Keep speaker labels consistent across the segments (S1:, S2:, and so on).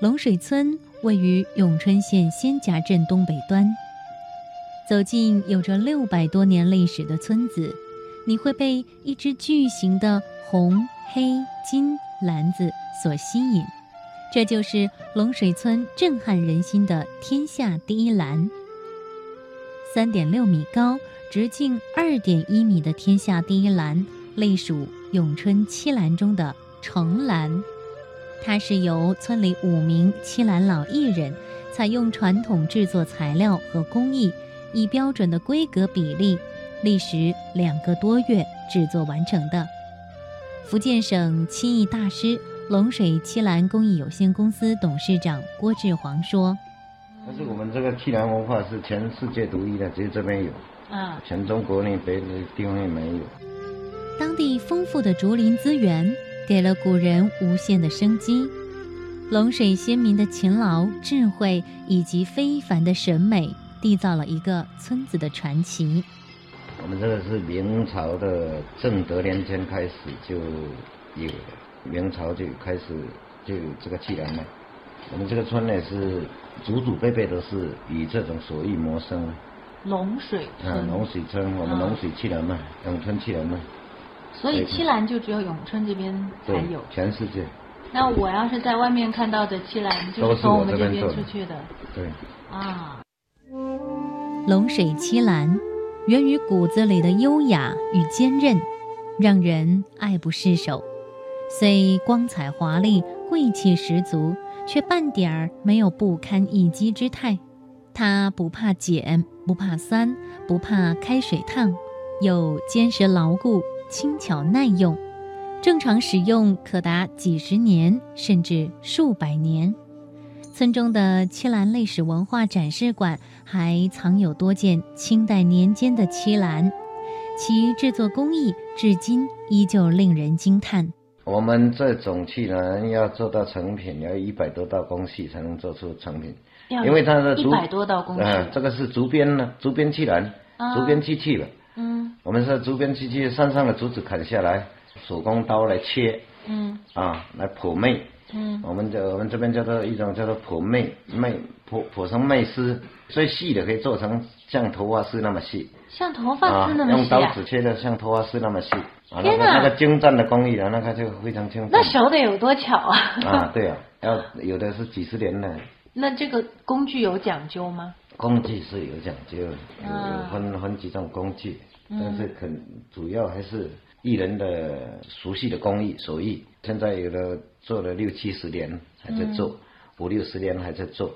S1: 龙水村位于永春县仙夹镇东北端。走进有着六百多年历史的村子，你会被一只巨型的红、黑、金篮子所吸引。这就是龙水村震撼人心的天下第一蓝。三点六米高、直径二点一米的天下第一蓝，隶属永春七蓝中的成蓝。它是由村里五名七蓝老艺人，采用传统制作材料和工艺，以标准的规格比例，历时两个多月制作完成的。福建省漆艺大师。龙水七兰工艺有限公司董事长郭志煌说：“
S2: 但是我们这个七兰文化是全世界独一的，只有这边有，
S1: 啊，
S2: 全中国内别的地方也没有。
S1: 当地丰富的竹林资源给了古人无限的生机。龙水先民的勤劳、智慧以及非凡的审美，缔造了一个村子的传奇。
S2: 我们这个是明朝的正德年间开始就有的。”明朝就开始就有这个气兰了。我们这个村呢是祖祖辈辈都是以这种手艺谋生。
S3: 龙水村。
S2: 啊，龙水村，我们龙水气兰嘛，永春气兰嘛。
S3: 所以七兰就只有永春这边才
S2: 对
S3: 有。，
S2: 全世界。
S3: 那我要是在外面看到的七兰，就
S2: 都
S3: 是
S2: 是
S3: 从
S2: 我
S3: 们
S2: 这
S3: 这
S2: 边
S3: 边
S2: 做
S3: 出
S2: 的
S3: 去的
S2: 对，
S3: 啊。
S1: 龙水七兰源于骨子里的优雅与坚韧，让人爱不释手。虽光彩华丽、贵气十足，却半点儿没有不堪一击之态。它不怕碱，不怕酸，不怕开水烫，又坚实牢固、轻巧耐用。正常使用可达几十年，甚至数百年。村中的七兰历史文化展示馆还藏有多件清代年间的漆兰，其制作工艺至今依旧令人惊叹。
S2: 我们这种气兰要做到成品，要一百多道工序才能做出成品，
S3: 要
S2: 因为它的
S3: 一
S2: 竹
S3: 百多道工序，
S2: 啊，这个是竹编呢，竹编气兰，
S3: 啊
S2: 竹编机器了。
S3: 嗯
S2: 我们是竹编机器，山上的竹子砍下来，手工刀来切
S3: 嗯
S2: 啊，来剖妹。
S3: 嗯，
S2: 我们这我们这边叫做一种叫做剖妹妹剖剖成妹丝，最细的可以做成像头发丝那么细，
S3: 像头发丝那么
S2: 用
S3: 细、
S2: 刀
S3: 啊
S2: 子切的像头发丝那么细，啊，那
S3: 天
S2: 个那
S3: 哪
S2: 个精湛的工艺啊，那个就非常精湛
S3: 那。手得有多巧啊！
S2: 啊，对啊，要有的是几十年呢，
S3: 那这个工具有讲究吗？
S2: 工具是有讲究，有有
S3: 啊
S2: 分分几种工具，
S3: 嗯
S2: 但嗯是肯主要还是艺人的熟悉的工艺手艺，现在有的做了六七十年还在做，五六十年还在做。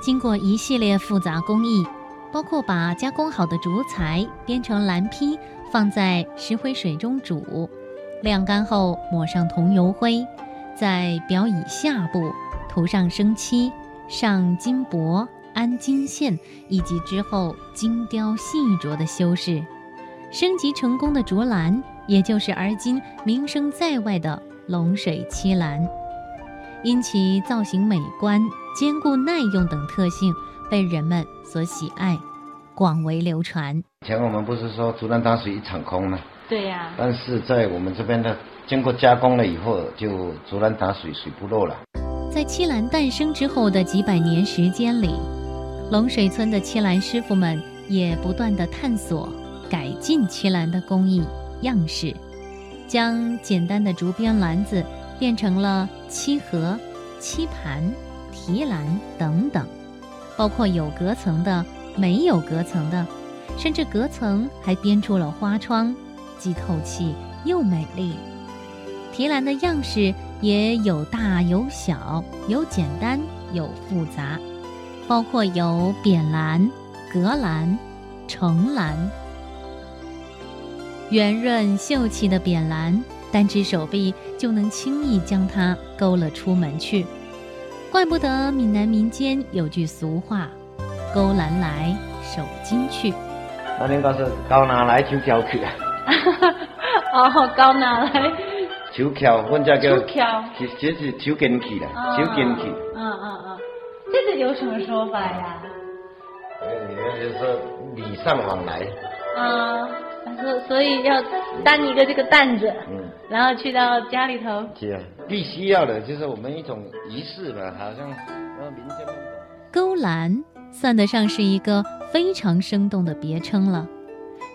S1: 经过一系列复杂工艺，包括把加工好的竹材编成蓝坯，放在石灰水中煮，晾干后抹上桐油灰，在表以下部涂上生漆，上金箔、安金线，以及之后精雕细琢的修饰。升级成功的竹篮，也就是而今名声在外的龙水漆篮。因其造型美观、坚固耐用等特性，被人们所喜爱，广为流传。
S2: 以前我们不是说竹篮打水一场空吗？
S3: 对呀、
S2: 但是在我们这边呢，经过加工了以后，就竹篮打水水不漏了。
S1: 在七兰诞生之后的几百年时间里，龙水村的七兰师傅们也不断的探索、改进七兰的工艺样式，将简单的竹编篮子变成了漆盒、漆盘、提篮等等，包括有隔层的、没有隔层的，甚至隔层还编出了花窗，既透气又美丽。提篮的样式也有大有小，有简单有复杂，包括有扁篮、格篮、成篮。圆润秀气的扁篮，单只手臂就能轻易将它勾勒出门去。怪不得闽南民间有句俗话：“勾篮来，手巾去。”
S2: 那您告诉高拿来就挑去啊，
S3: 哦，高拿来
S2: 手挑人家叫
S3: 出挑，
S2: 其实是手根去啦，手根去。
S3: 嗯嗯嗯，这个有什么说法呀？
S2: 哎，也就是说礼尚往来，
S3: 嗯啊，所所以要担一个这个担子，
S2: 嗯，
S3: 然后去到家里头，
S2: 是啊，必须要的，就是我们一种仪式吧，好像那民间那种。
S1: 勾栏算得上是一个非常生动的别称了。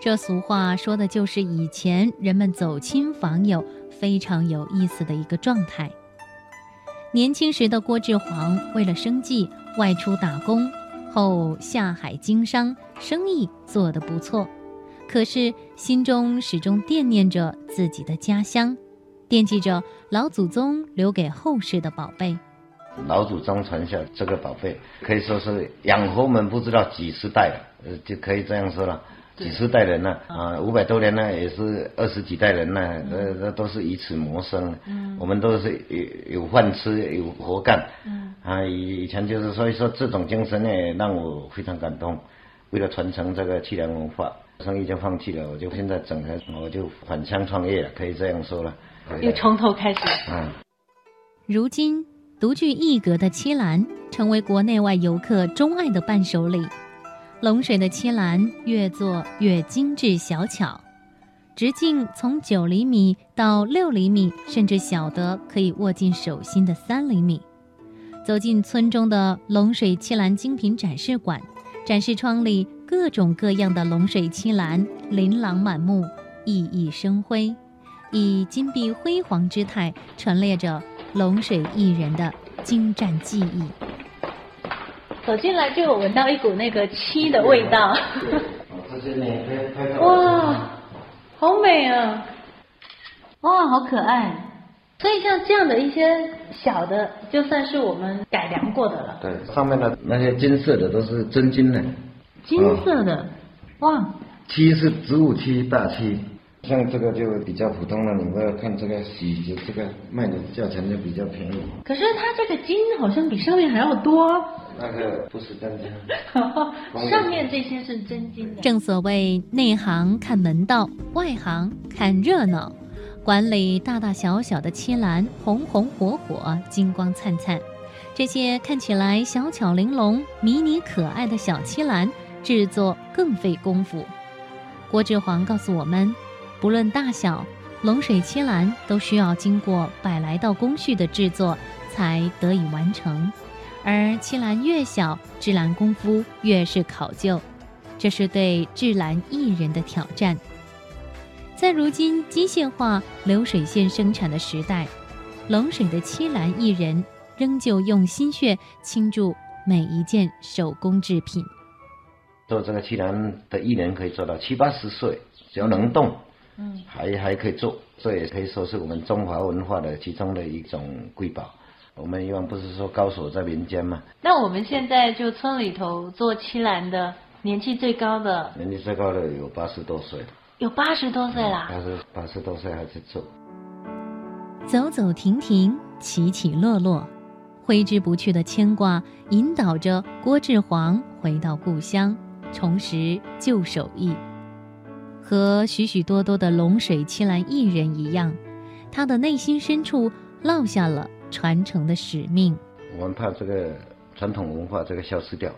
S1: 这俗话说的就是以前人们走亲访友非常有意思的一个状态。年轻时的郭志煌为了生计外出打工，后下海经商，生意做得不错，可是心中始终惦念着自己的家乡，惦记着老祖宗留给后世的宝贝。
S2: 老祖宗传下这个宝贝，可以说是养活我们不知道几十代了，呃，就可以这样说了。
S3: 对
S2: 几十代人了啊，五百多年呢，也是二十几代人了，呃，那都是以此谋生。
S3: 嗯
S2: 我们都是有有饭吃，有活干。
S3: 嗯
S2: 啊，以以前就是所以说这种精神呢，让我非常感动。为了传承这个凄凉文化，生意就放弃了，我就现在整个我就返乡创业了，可以这样说了。
S3: 又从头开始。
S2: 啊，
S1: 如今独具一格的七兰成为国内外游客钟爱的伴手礼。龙水的七兰越做越精致小巧，直径从九厘米到六厘米，甚至小的可以握进手心的三厘米。走进村中的龙水七兰精品展示馆，展示窗里各种各样的龙水七兰琳琅满目，熠熠生辉。以金碧辉煌之态陈列着龙水艺人的精湛技艺。
S3: 走进来就有闻到一股那个漆的味道，
S2: 哦这些呢，拍拍
S3: 哇，好美啊！哇，好可爱。所以像这样的一些小的，就算是我们改良过的了，
S2: 对，上面的那些金色的都是真金的，
S3: 金色的，哇，
S2: 漆是植物漆、大漆。像这个就比较普通了，你不要看这个洗就这个卖的价钱就比较便宜。
S3: 可是它这个金好像比上面还要多，
S2: 那个不是真金，
S3: 上面这些是真金的。
S1: 正所谓内行看门道，外行看热闹。馆里大大小小的漆栏红红火火，金光灿灿。这些看起来小巧玲珑、迷你可爱的小漆栏，制作更费功夫。郭志煌告诉我们，不论大小，龙水漆栏都需要经过百来道工序的制作才得以完成，而漆栏越小，制栏功夫越是考究。这是对制蓝艺人的挑战。在如今机械化流水线生产的时代，冷水的漆蓝艺人仍旧用心血倾注每一件手工制品。
S2: 做这个漆兰的艺人可以做到七八十岁，只要能动，
S3: 嗯，
S2: 还还可以做，这也可以说是我们中华文化的其中的一种瑰宝。我们一般不是说高手在民间嘛，
S3: 那我们现在就村里头做七兰的，年纪最高的
S2: 年纪最高的有八十多岁了，
S3: 有八十多岁啦。
S2: 他是八十多岁还在做。
S1: 走走停停，起起落落，挥之不去的牵挂引导着郭志煌回到故乡，重拾旧手艺。和许许多多的龙水七兰艺人一样，他的内心深处落下了传承的使命。
S2: 我们怕这个传统文化这个消失掉，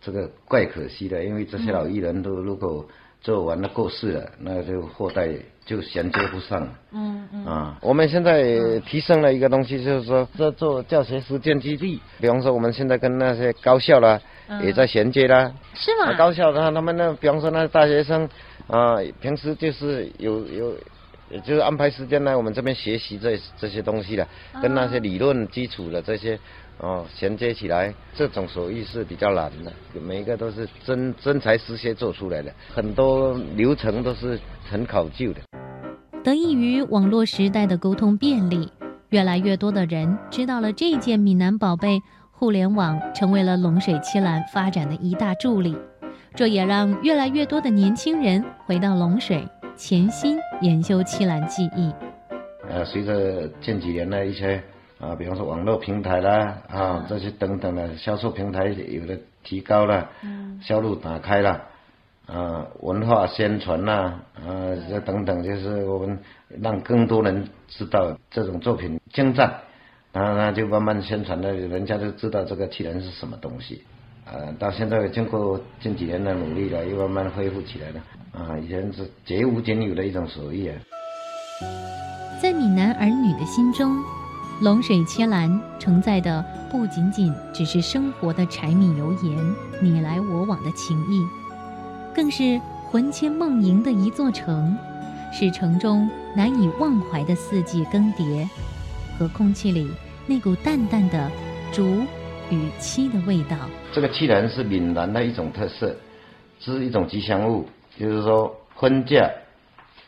S2: 这个怪可惜的，因为
S3: 嗯
S2: 这些老艺人都如果做完了过世了，那就后代就衔接不上了。
S3: 嗯嗯
S2: 啊，我们现在提升了一个东西，就是说在做教学实践基地，比方说我们现在跟那些高校啦，
S3: 嗯
S2: 也在衔接啦。
S3: 是
S2: 啊
S3: 吗？
S2: 高校的话，他们那比方说那大学生啊、平时就是有有，也就是安排时间来我们这边学习这这些东西的，
S3: 啊
S2: 跟那些理论基础的这些哦衔接起来，这种手艺是比较难的，每一个都是真真材实学做出来的，很多流程都是很考究的。
S1: 得益于网络时代的沟通便利，越来越多的人知道了这件闽南宝贝。互联网成为了龙水七兰发展的一大助力，这也让越来越多的年轻人回到龙水，潜心研究七兰技艺。
S2: 呃，随着近几年的一些啊，比方说网络平台啦啊，这些等等的销售平台有的提高了，
S3: 嗯
S2: 销路打开了，啊，文化宣传啦，啊，这等等，就是我们让更多人知道这种作品精湛，然后呢就慢慢宣传的，人家就知道这个气人是什么东西。啊，到现在经过近几年的努力了，又慢慢恢复起来了。啊，以前是绝无仅有的一种手艺啊。
S1: 在闽南儿女的心中，龙水切兰承载的不仅仅只是生活的柴米油盐、你来我往的情谊，更是魂牵梦萦的一座城，是城中难以忘怀的四季更迭和空气里那股淡淡的竹与漆的味道。
S2: 这个既然是闽南的一种特色，是一种吉祥物，就是说婚嫁、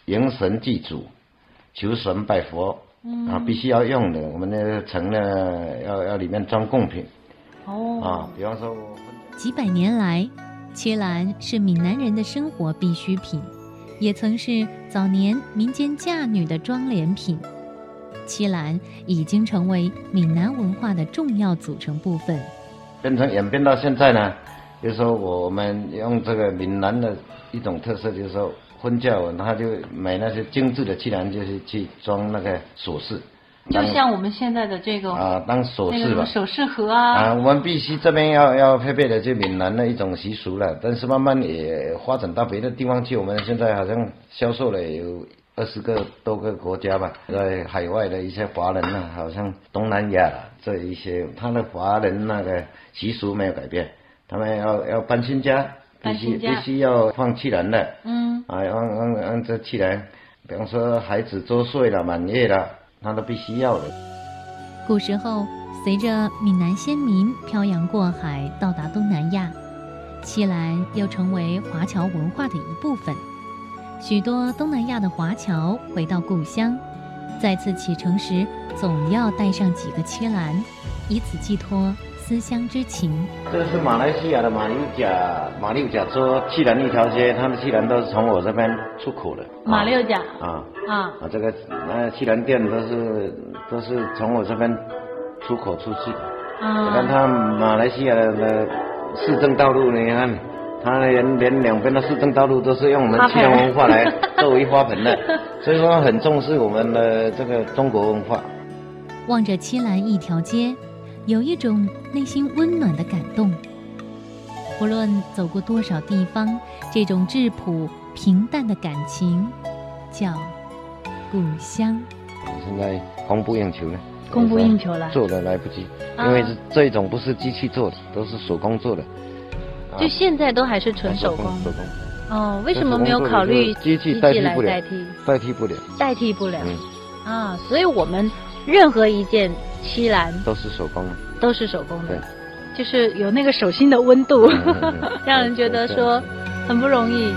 S2: 迎神祭祖、求神拜佛
S3: 嗯
S2: 啊，必须要用的。我们那个城呢，要要里面装贡品
S3: 哦
S2: 啊，比方说我婚嫁
S1: 几百年来，切兰是闽南人的生活必需品，也曾是早年民间嫁女的妆奁品。切兰已经成为闽南文化的重要组成部分。
S2: 变成演变到现在呢，就是说我们用这个闽南的一种特色，就是说婚嫁文，他就买那些精致的既然就是去装那个首饰，
S3: 就像我们现在的这个、
S2: 啊当首
S3: 那个
S2: 饰
S3: 什
S2: 吧
S3: 么。首饰盒啊，
S2: 啊，我们必须这边要要配备的就闽南的一种习俗了，但是慢慢也呃发展到别的地方去。我们现在好像销售了有二十个多个国家吧，在海外的一些华人呢、好像东南亚这一些，他的华人那个习俗没有改变，他们要要搬新家，必
S3: 搬
S2: 须
S3: 新
S2: 必
S3: 家
S2: 须要放弃人的。
S3: 嗯，
S2: 啊，按按按这起来，比方说孩子周岁了、满月了，他都必须要的。
S1: 古时候，随着闽南先民漂洋过海到达东南亚，西兰又成为华侨文化的一部分。许多东南亚的华侨回到故乡，再次启程时，总要带上几个切兰，以此寄托思乡之情。
S2: 这是马来西亚的马六甲马六甲州气兰一条街，它的气兰都是从我这边出口的。
S3: 马六甲
S2: 啊
S3: 啊，
S2: 啊，这个那气兰店都是都是从我这边出口出去的。你看
S3: 嗯，
S2: 它马来西亚的市政道路，你看它连连两边的市政道路都是用我们
S3: 花
S2: 气
S3: 盆
S2: 兰文化来作为花盆的， 所以说很重视我们的这个中国文化。
S1: 望着青蓝一条街，有一种内心温暖的感动。不论走过多少地方，这种质朴平淡的感情叫故乡。
S2: 现在供不应求了，
S3: 供不应求了
S2: 做的来不及，
S3: 啊
S2: 因为是这种不是机器做的，都是手工做的，啊
S3: 就现在都还是纯手工。
S2: 手工，
S3: 哦，为什么没有考虑
S2: 机器代替
S3: 来
S2: 不了
S3: 代替？
S2: 代替不了，
S3: 代替不了、
S2: 嗯，
S3: 啊，所以我们任何一件漆篮
S2: 都是手 工，
S3: 都是手工
S2: 对
S3: 的，就是有那个手心的温度，
S2: 嗯嗯嗯
S3: 让人觉得说很不容易。